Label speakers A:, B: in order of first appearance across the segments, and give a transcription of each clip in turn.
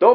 A: どう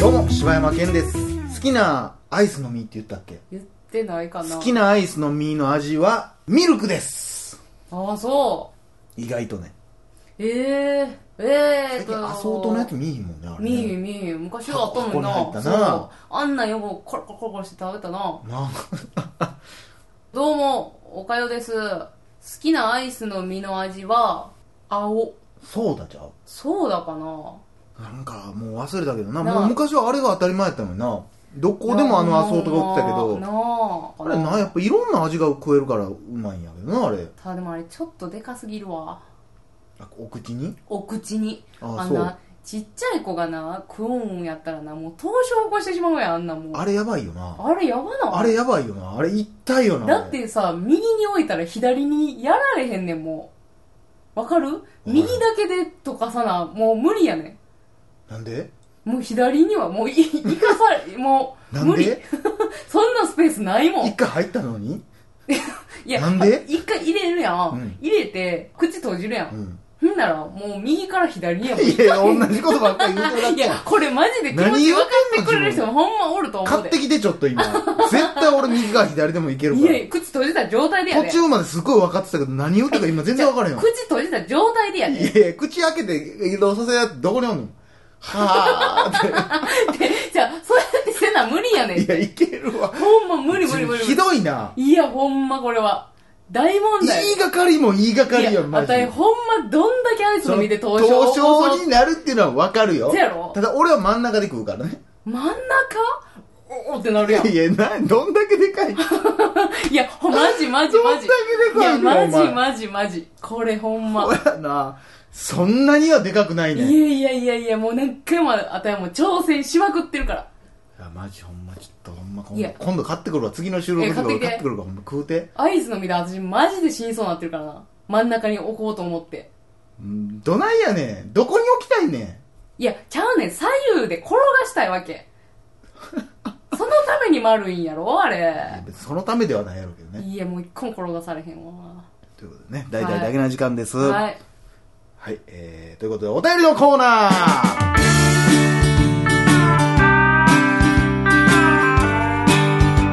A: どうも、柴山健です。好きなアイスの実って言ったっけ
B: 言ってないかな。
A: 好きなアイスの実の味は、ミルクです。
B: ああ、そ
A: 意外とね。
B: う。ええええ
A: 最
B: ーと。
A: 近アソートのやつ見えへんもんね、あれ、ね。
B: 見えへん見えへん。昔はあったもんな。
A: 箱に入ったな
B: そうあんなんよくコロコロコロコロして食べたな。
A: な
B: どうも、おかよです。好きなアイスの実の味は、青。
A: そうだちゃう
B: そうだかな。
A: なんかもう忘れたけどな
B: な
A: も
B: あ
A: う昔はあれが当たり前やったのになどこでもあのアソートが売ってたけ
B: な
A: ど
B: あ。
A: あれなやっぱいろんな味が食えるからうまいんやけどなあれ
B: ただでもあれちょっとでかすぎるわ。
A: あお口に
B: お口に。
A: あ
B: ん
A: そう
B: な、ちっちゃい子がな、食うんやったらな、もう凍傷起こしてしまうやん、あんなもん。
A: あれやばいよな
B: あれやばない
A: あれやばいよなあれ痛いよな
B: だってさ、右に置いたら左にやられへんねん、もう。わかる右だけで溶かさな、もう無理やね
A: なんで
B: ん。もう左にはもうい、いかされ、も
A: な
B: うん無理
A: で。
B: そんなスペースないもん。
A: 一回入ったのに
B: いや、
A: なんで
B: 一回入れるやん。
A: うん
B: 入れて、口閉じるや。
A: うんん
B: ほんなら、もう右から左にやもん。
A: いや同じことばっかり言うてるだ
B: い
A: け
B: や
A: や、
B: これマジで気持
A: 何
B: ち
A: 言う
B: 分か
A: てんの
B: ってくれる人もほんまおると思う
A: 買
B: で
A: って。きてちょっと今絶対俺右か左でもいける
B: い
A: か
B: や
A: ら
B: いや、口閉じた状態でやで。
A: 途中まですごい分かってたけど何言ったか今全然分からへんわ
B: 口閉じた状態でやで。
A: いやいや、口開けて移動させやってどこにおんのはぁ
B: って じゃあ、そうやってせな無理 やねん
A: ーっ。て。いや、いけるわ。
B: ほんま無理無理無理無理。
A: ひどいな。
B: いや、ほんまこれは。大問題。
A: 言いがかりも言いがかり
B: いや
A: やん、マジ
B: あた
A: で。
B: いほんまどんだけアイスの見て
A: そ
B: 凍
A: の
B: 傷
A: 凍傷になるっていうのは分かるよ
B: せやろ。
A: ただ俺は真ん中で食うからね。
B: 真ん中おおってなるやん。い
A: いや、な、どんだけでか い。
B: や、ほんマジマジマジ。
A: どんだけでかい
B: い
A: の
B: や、マ
A: お
B: ジ
A: 前
B: マジマジ。これほんま。
A: そうやな。そんなにはでかくない
B: い
A: ね。
B: や
A: い
B: いやいやいや、もう何回もあたいはもう挑戦しまくってるから。
A: や、マジほんまちょっとほんま今
B: い
A: 度
B: や
A: 今度買ってくるわ。次の収録
B: い
A: で
B: や買って
A: 俺
B: きて
A: 買ってくるからほんま食うて。
B: アイスの見て私マジで死にそうになってるからな。真ん中に置こうと思って。
A: うんどないやねん。どこに置きたいねん。
B: いや、ちゃうねん。左右で転がしたい わけ。そのために丸いんやろあ
A: いや
B: れ。
A: 別にそのためではないやろうけどね。
B: いや、もう一個も転がされへんわ。
A: ということでね、大体だけな時間です。
B: はい。
A: はい、えー、ということで、お便りのコーナーはいえー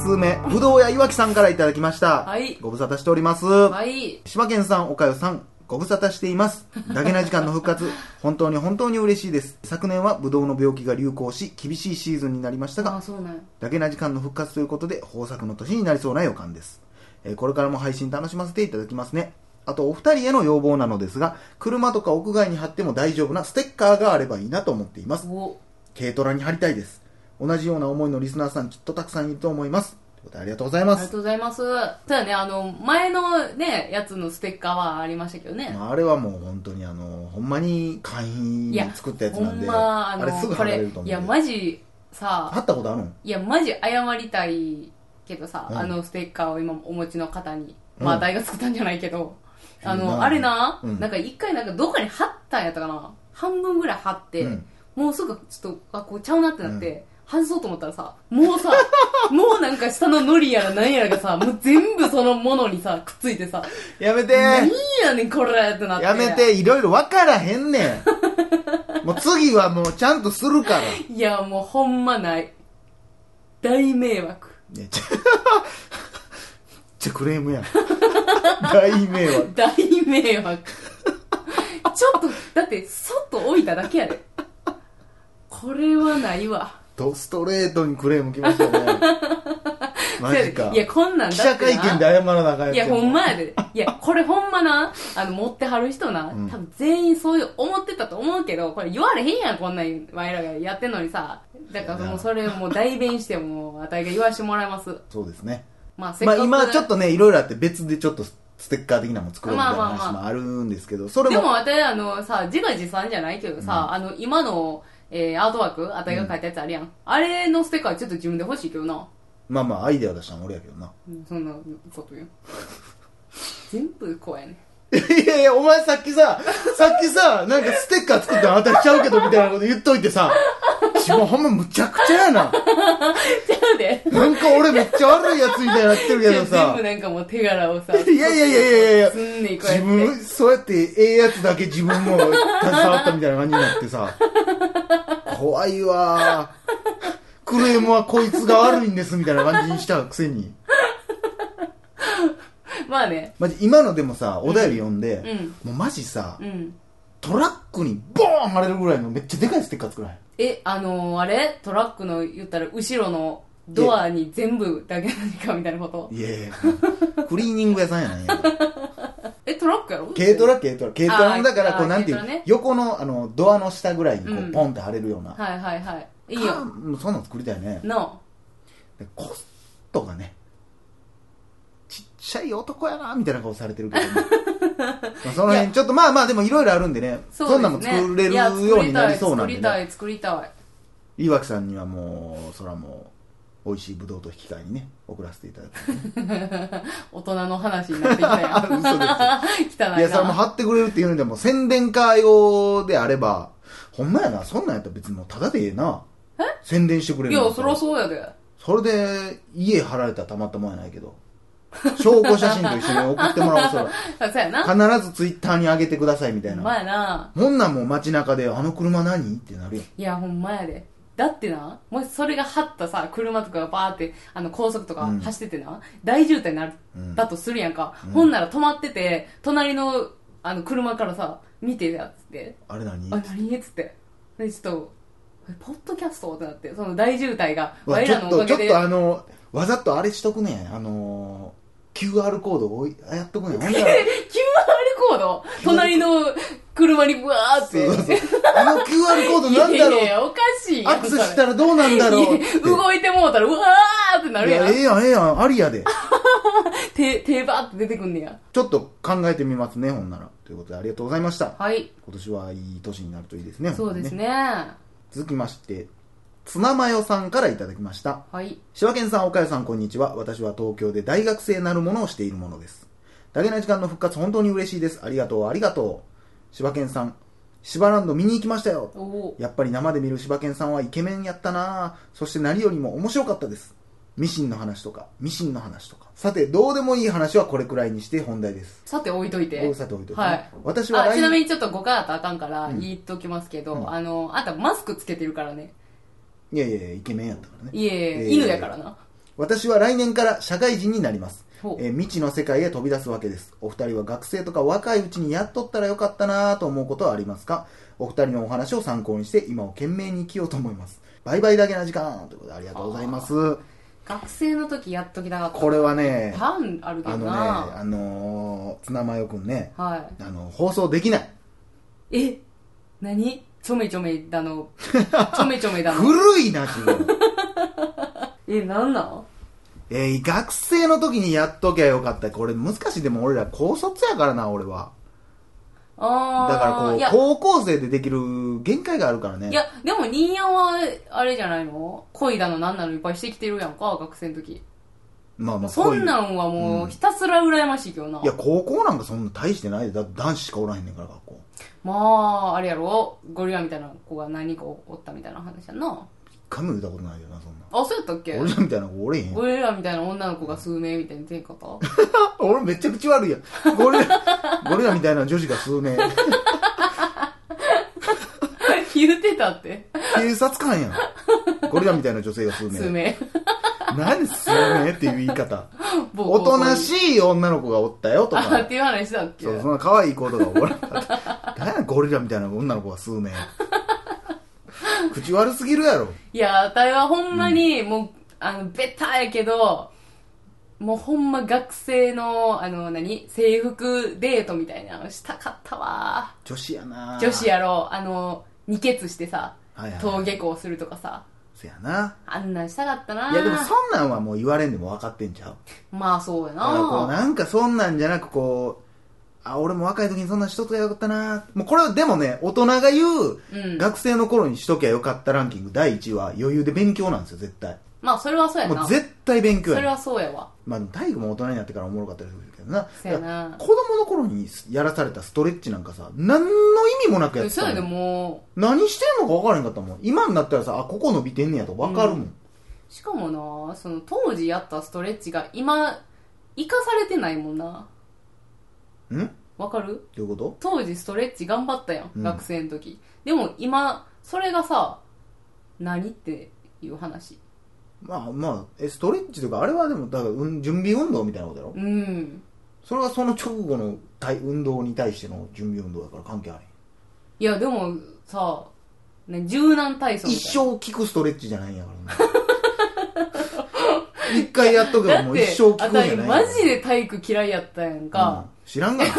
A: 一通目、ぶどうやいわきさんからいただきました。
B: はい
A: ご無沙汰しております。
B: はい。
A: 柴犬さん、おかよさん、ご無沙汰しています。だけな時間の復活、本当に本当に嬉しいです。昨年はぶどうの病気が流行し、厳しいシーズンになりましたが
B: あ、、そうなんや。
A: だけな時間の復活ということで豊作の年になりそうな予感です、えーこれからも配信楽しませていただきますねあとお二人への要望なのですが車とか屋外に貼っても大丈夫なステッカーがあればいいなと思っています
B: お、
A: 軽トラに貼りたいです同じような思いのリスナーさんきっとたくさんいると思いますということでありがとうござい
B: あ
A: ま
B: りが
A: す
B: とうございます。そうやね、あの、前のね、やつのステッカーはありましたけどね。
A: まあ、あれはもう本当にあのほんまに会員
B: いや、
A: 作ったやつ
B: ほ
A: なん
B: ん
A: で
B: ま、あの、
A: れすぐ貼
B: こ
A: られ
B: れ
A: ると、
B: い
A: 思
B: や、
A: うんで
B: マジ、さ
A: 貼、ったことあるん
B: いや、マジ謝りたいけどさ、
A: うん
B: あのステッカーを今お持ちの方に、
A: うん
B: まあ、大が作ったんじゃないけど、あ
A: いいな
B: の、あれな、
A: うん
B: なんか一回なんかどっかに貼ったんやったかな、半分ぐらい貼って、
A: うん
B: もうすぐちょっと、あ、こうちゃうなってなって、外そうと思ったらさ、もうさ、 もうなんか下のノリやら何やらがさ、もう全部そのものにさ、くっついてさ、
A: やめて
B: 何やねんこれってなって。
A: やめ。ていろいろ分からへんね んもう次はもうちゃんとするから
B: いや、もうほんまない。大迷惑。
A: ね、ちゃちゃクレー ムやん大迷惑
B: 大迷惑ちょっとだってそっと置いただけやでこれはないわ
A: とストレートにクレームきましたねマジか
B: いや、こんなんだ
A: 記
B: って
A: 者
B: な
A: 会見で謝らなあかんやつ
B: いや、
A: ん
B: ほんまやで。いや、これほんまな、あの、持ってはる人な、
A: うん
B: 多分全員そういう思ってたと思うけど、これ言われへんやん、こんなん、前らがやってんのにさ。だからもうそれをもう代弁しても、あたいが言わしてもらいます。
A: そうですね
B: まあ、せっ
A: ま
B: か
A: あ
B: く、
A: 今ちょっとねいろいろあって別でちょっとステッカー的なもん作ろうみたいな
B: まあま
A: 話
B: あま
A: もあるんですけどそれ
B: で
A: も
B: も、あたいあの、さ、自画自賛じゃないけどさ、あの、今の、えー、アートワーク、あたいが書いたやつあるやん。あれのステッカーちょっと自分で欲しいけどな。
A: まあまあアイデア出したの俺やけどな
B: うんそんなこと言う。全部怖いねん。
A: いやいやお前さっき ささっきさなんかステッカー作ってあたしちゃうけどみたいなこと言っといてさ自分ほんまむちゃくちゃやな
B: ちゃうで。
A: なんか俺めっちゃ悪いやつみたいになってるけど
B: 全
A: さ
B: 部なんかもう手柄をさ、
A: いやいやいやいやいや
B: すんねんこ
A: 自
B: うやって。
A: 分そうやってええやつだけ自分も携わったみたいな感じになってさ怖いわークレームはこいつが悪いんですみたいな感じにしたくせに
B: まあね。
A: マジ今のでもさお便り読んで、
B: うん
A: もうマジさ、
B: うん。
A: トラックにボーン貼れるぐらいのめっちゃでかいステッカー作らへん
B: え、あのー、あれトラックの言ったら後ろのドアに全部だけ何かみたいなこと
A: いやいやクリーニング屋さんやない や
B: え、トラックやろ
A: 軽トラ軽トラ軽トラのだからこ
B: あ
A: う
B: ー
A: なんてい
B: 軽
A: う、
B: トラね
A: 横のあのドアの下ぐらいにこ
B: う
A: うんポンって貼れるような、
B: はいはいはい。いい
A: か
B: よ。
A: もうそんなん作りたいね
B: の、
A: でコストがねちっちゃい男やなみたいな顔されてるけど、 ね、まあその辺ちょっとまあまあでもいろいろあるんでねそ
B: うん
A: なんも作れるようになりそうなんで、
B: 作りた
A: ね、
B: い、作りたい、作りたい。
A: いわきさんにはもうそらもう美味しいぶどうと引き換えにね送らせていただく
B: 大人の話になってきたやん。
A: 嘘で
B: 汚いな。
A: すいやそれも貼ってくれるっていうんでも宣伝会用であればほんまやなそんなんやったら別にもうタダでええな宣伝してくれる
B: い
A: ん
B: や、
A: った
B: そ
A: ら
B: らそうやで。
A: それで家貼られたらたまったもんやないけど証拠写真と一緒に送ってもらおうそら
B: あそうやな。
A: 必ずツイッターに上げてくださいみたい
B: ほんま
A: な。
B: やな。
A: ほんなんもう街中で、あの車何ってなるよ。
B: いや、ほんまやで。だってな、もしそれが張ったさ、車とかがバーって、あの、高速とか
A: うん
B: 走っててな、大渋滞になる、
A: うん
B: だとするやんか。ほんなら止まってて、隣の、あの、車からさ、見てやつって、
A: あれ何
B: あ、何っつって。で、ちょっと、えポッドキャストってなって、その大渋滞が、
A: うわ
B: 我
A: ちょ
B: ら
A: っ
B: のお
A: と、
B: か
A: ちょ
B: げ
A: っ
B: で、
A: とあの、わざとあれしとくねん。あのー、QR コードをおいやっとくねん。ほんなら
B: QR コード、隣の車にブワーって。
A: そうそうそうあの QR コードなんだ
B: いやい
A: ろう
B: や、おかしいや
A: ア
B: ん
A: ク
B: そ
A: セ
B: れ
A: スしたらどうなんだ
B: い
A: ろうっ
B: や
A: て。
B: 動いてもうたら、うわーってなる
A: い
B: や
A: や、
B: ん
A: え。えやん、ええやん、ありやで。
B: 手、手バーって出てくんねや。
A: ちょっと考えてみますね、ほんなら。ということで、ありがとうございました。
B: はい。
A: 今年はいい年になるといいですね。
B: そうです
A: ほんまに。
B: ね。
A: 続きまして、ツナマヨさんからいただきました。
B: はい。
A: 柴犬さん、岡谷さん、こんにちは。私は東京で大学生なるものをしているものです。ダゲな時間の復活、本当に嬉しいです。ありがとう、ありがとう。柴犬さん、柴ランド見に行きましたよ。
B: おお。
A: やっぱり生で見る柴犬さんはイケメンやったなぁそして何よりも面白かったです。ミシンの話とか、ミシンの話とか。さて、どうでもいい話はこれくらいにして本題です。
B: さて置いといて
A: 大。さて置いといて、
B: はい
A: 私は
B: あ、
A: 来
B: ちなみにちょっと誤解あったらあかんから
A: うん
B: 言っときますけど、
A: うん
B: あの、あんたマスクつけてるからね。
A: いやいやいや、イケメンやったからね。
B: いえいえ、
A: えー
B: 犬やからな。
A: 私は来年から社会人になります
B: ほ、う
A: えー未知の世界へ飛び出すわけですお二人は学生とか若いうちにやっとったらよかったなぁと思うことはありますかお二人のお話を参考にして今を懸命に生きようと思いますバイバイだけな時間ということでありがとうございます
B: 学生の時やっときたかった。
A: これはね
B: パンあるけ
A: あ
B: ど
A: のね
B: な。
A: あのー、ツナマヨくんね
B: は
A: あの放送できない
B: い。え何ちょめちょめだの。 ちょめちょめだの。
A: 古いな自分
B: え、なんなん
A: えー学生の時にやっときゃよかったこれ難しいでも俺ら高卒やからな俺は
B: あー。
A: だからこ
B: いや
A: う、高校生でできる限界があるからね
B: いや、でも、ニーヤンは、あれじゃないの恋だの、なんなのいっぱいしてきてるやんか、学生の時。
A: まあまあ、
B: そん
A: こ
B: なんはも
A: う
B: う、
A: ん
B: ひたすら羨ましいけどな。
A: ういういや、高校なんかそんな大してないで、だって男子しかおらへんねんから、学校。
B: まあ、あれやろゴリラみたいな子が何人かおったみたいな話やんな。
A: 一回も言ったことないよな、そんな。
B: あ、そうやったっけ
A: 俺らみたいな子おれへんやん。
B: ゴリラみたいな女の子が数名みたいな出んかった
A: 俺めっちゃ口悪いやん。ゴリラ、ゴリラみたいな女子が数名。
B: 言うてたって。
A: 警察官やん。ゴリラみたいな女性が数名。
B: 数名。
A: 何数名っていう言い方。
B: ボ
A: おとな
B: い。
A: しい女の子がおったよと
B: あ、っ
A: か。
B: ていう話だっけ
A: そう、そんな可愛い子とかおらんかった。 何や、ゴリラみたいな女の子が数 名。口悪すぎるやろ。
B: いや、あたいはほんまに、もう、あの、ベタやけど、もうほんま学生の、あの、何制服デートみたいなのしたかったわ。
A: 女子やな
B: 女子やろ、あの、二ケツしてさ、
A: はいはい
B: 登下校するとかさ、
A: せやな
B: あんなんしたかったな。
A: いやでもそんなんはもう言われんでも分かってんちゃう
B: まあそうや
A: だからこう
B: な。
A: なんかそんなんじゃなくこうあ俺も若い時にそんなんしとけばよかったなもうこれはでもね大人が言う、
B: うん
A: 学生の頃にしときゃよかったランキング第1位は余裕で勉強なんですよ絶対
B: まあそれはそうや
A: も
B: な。
A: う
B: そ
A: 絶対勉強や
B: れ
A: ねん
B: はそうやわ。
A: まあ体育も大人になってからおもろかったりするけどな
B: そうやな
A: だから子供の頃にやらされたストレッチなんかさ何の意味もなくやって
B: そう
A: たも
B: やで
A: ん
B: も
A: 何してんのか分からへんかったもん今になったらさあここ伸びてんねやと分かるもん、
B: う、しかもな、その当時やったストレッチが今、活かされてないもんな。
A: んど
B: わかる
A: ういうこと
B: 当時ストレッチ頑張ったやん、
A: うん
B: 学生の時でも今それがさ何っていう話
A: まあまあえストレッチとかあれはでもだから、うん、準備運動みたいなことやろ
B: うん
A: それはその直後の体運動に対しての準備運動だから関係ある
B: いやでもさ、ね、柔軟体操み
A: 一
B: たいな
A: 生効くストレッチじゃないんやからな一回やっとけばもう一生効く
B: だ
A: ん
B: っ
A: じゃな
B: てあ
A: い
B: たいマジで体育嫌いやったやんか、
A: うん知らんがな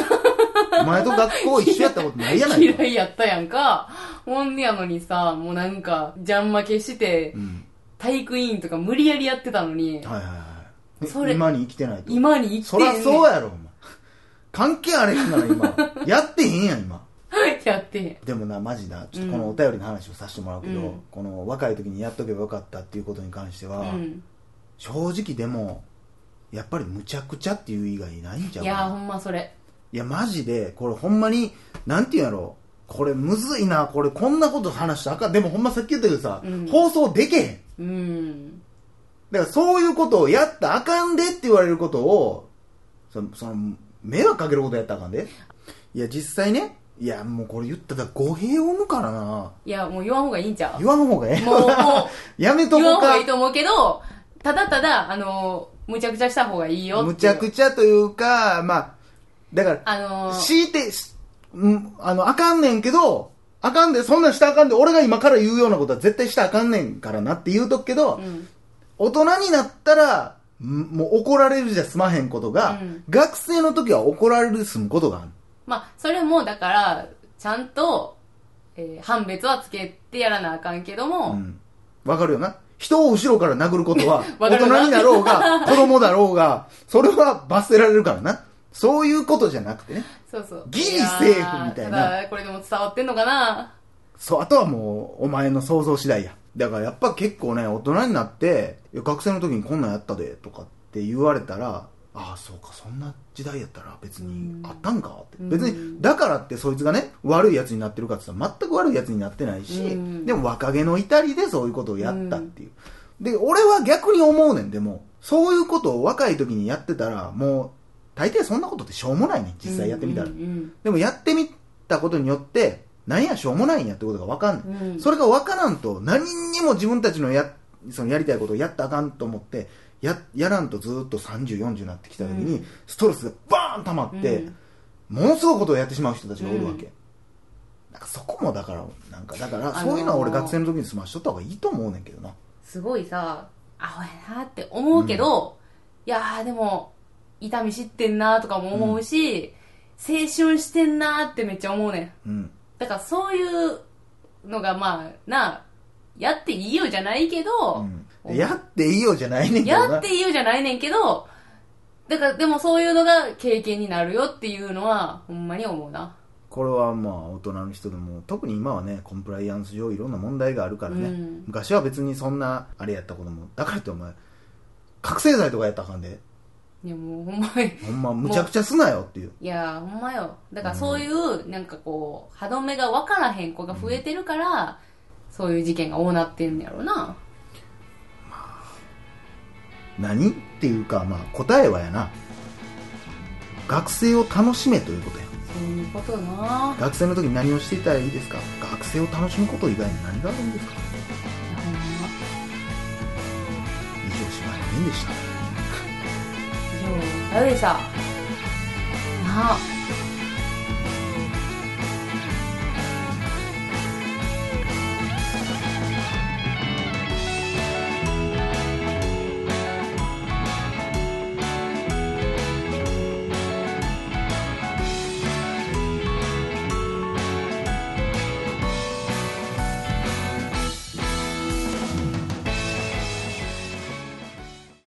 A: お前と学校一緒やったことないや ないか
B: 嫌いやったやんかほんやのにさもうなんかジャン負けして
A: うん
B: 体育委員とか無理やりやってたのに
A: はいはいはい
B: そ
A: え
B: れ
A: 今に生きてないと
B: 今に生きて
A: そ
B: ん
A: り
B: ね
A: ゃ
B: ん
A: そうやろお前関係あれへんがな今やってへんやん今
B: やってへん
A: でもなマジなちょっとこのお便りの話をさせてもらうけど、
B: うん
A: この若い時にやっとけばよかったっていうことに関しては、
B: うん
A: 正直でもやっぱりむちゃくちゃっていう以外ないんちゃう
B: い
A: か
B: や
A: な
B: ほんまそれ
A: いやマジでこれほんまになんていうんやろこれむずいなこれこんなこと話したらあかんでもほんまさっき言ったけどさ、
B: うん
A: 放送でけへん
B: うん
A: だからそういうことをやったらあかんでって言われることを、その、その迷惑かけることやったらあかんで。いや、実際ね、いや、もうこれ言ったら語弊を生むからな。
B: いや、もう言わん方がいいんちゃう
A: 言わん方がええ
B: もう、もう、
A: やめと
B: 言わ
A: こ
B: ん
A: う
B: 方
A: か
B: がいい。と思うけど、ただただ、あのー、むちゃくちゃした方がいいよっていう。
A: むちゃくちゃというか、まあ、だか
B: あの
A: ら、
B: ー、
A: 強いて、しうん、あの、あかんねんけど、あかんで、そんなんしたらあかんで、俺が今から言うようなことは絶対したらあかんねんからなって言うとくけど、
B: うん。
A: 大人になったら、んもう怒られるじゃ済まへんことが、
B: うん
A: 学生の時は怒られる済むことがある。
B: まあ、それも、だから、ちゃんと、えー判別はつけてやらなあかんけども、
A: うん。わかるよな。人を後ろから殴ることは
B: 、わ
A: 大
B: かるな
A: 人になろうが、子供だろうが、それは罰せられるからな。そういうことじゃなくてね。
B: そうそう。
A: ギリ
B: やー
A: セーフみたいな
B: ただ、これでも伝わってんのかな
A: そう、あとはもう、お前の想像次第や。だからやっぱ結構ね、大人になって、いや学生の時にこんなんやったで、とかって言われたら、ああ、そうか、そんな時代やったら別にあったんかって。
B: うん
A: 別
B: う
A: に、だからってそいつがね、悪いやつになってるかって言ったら全く悪いやつになってないし
B: う、ん
A: でも若気の至りでそういうことをやったっていう。で、俺は逆に思うねん、でも、そういうことを若い時にやってたら、もう、大抵そんなことってしょうもないねん、実際やってみたら
B: うん。うん
A: でもやってみたことによって、なんやしょうもないんやってことが分かん
B: う
A: ない。
B: ん。うん
A: それが分からんと、何にも自分たちのや、そのやりたいことをやったらあかんと思って、や、やらんとずーっと30、40になってきた時に、
B: うん
A: ストレスがバーン溜まって、
B: うん
A: ものすごいことをやってしまう人たちがおるわけ。
B: う
A: なんかそこもだから、なんかだから、
B: あのー
A: そういうのは俺学生の時に済ましとった方がいいと思うねんけどな。
B: すごいさ、アホやなって思うけど、いやーでも、痛み知ってんなとかも思うし、青春してんなってめっちゃ思うねん。
A: うん。
B: だからそういうのがまあ、なあ、やっていいよじゃないけど、
A: うん、やっていいよじゃないねんけどな。
B: やっていいよじゃないねんけど、だからでもそういうのが経験になるよっていうのは、ほんまに思うな。
A: これはまあ大人の人でも特に今はねコンプライアンス上いろんな問題があるからね、
B: うん
A: 昔は別にそんなあれやったこともだからってお前覚醒剤とかやったらあかんで
B: いやもうほんまに。
A: ほんまむちゃくちゃすなよっていう
B: いやーほんまよだからそういう、なんかこう歯止めが分からへん子が増えてるから、そういう事件が多なってんのやろな
A: 何っていうかまあ答えはやな学生を楽しめということや
B: そういうことな
A: 学生の時に何をしていたらいいですか学生を楽しむこと以外に何があるんですか
B: ほんま
A: 以上柴田健でした
B: いや誰でしたなあ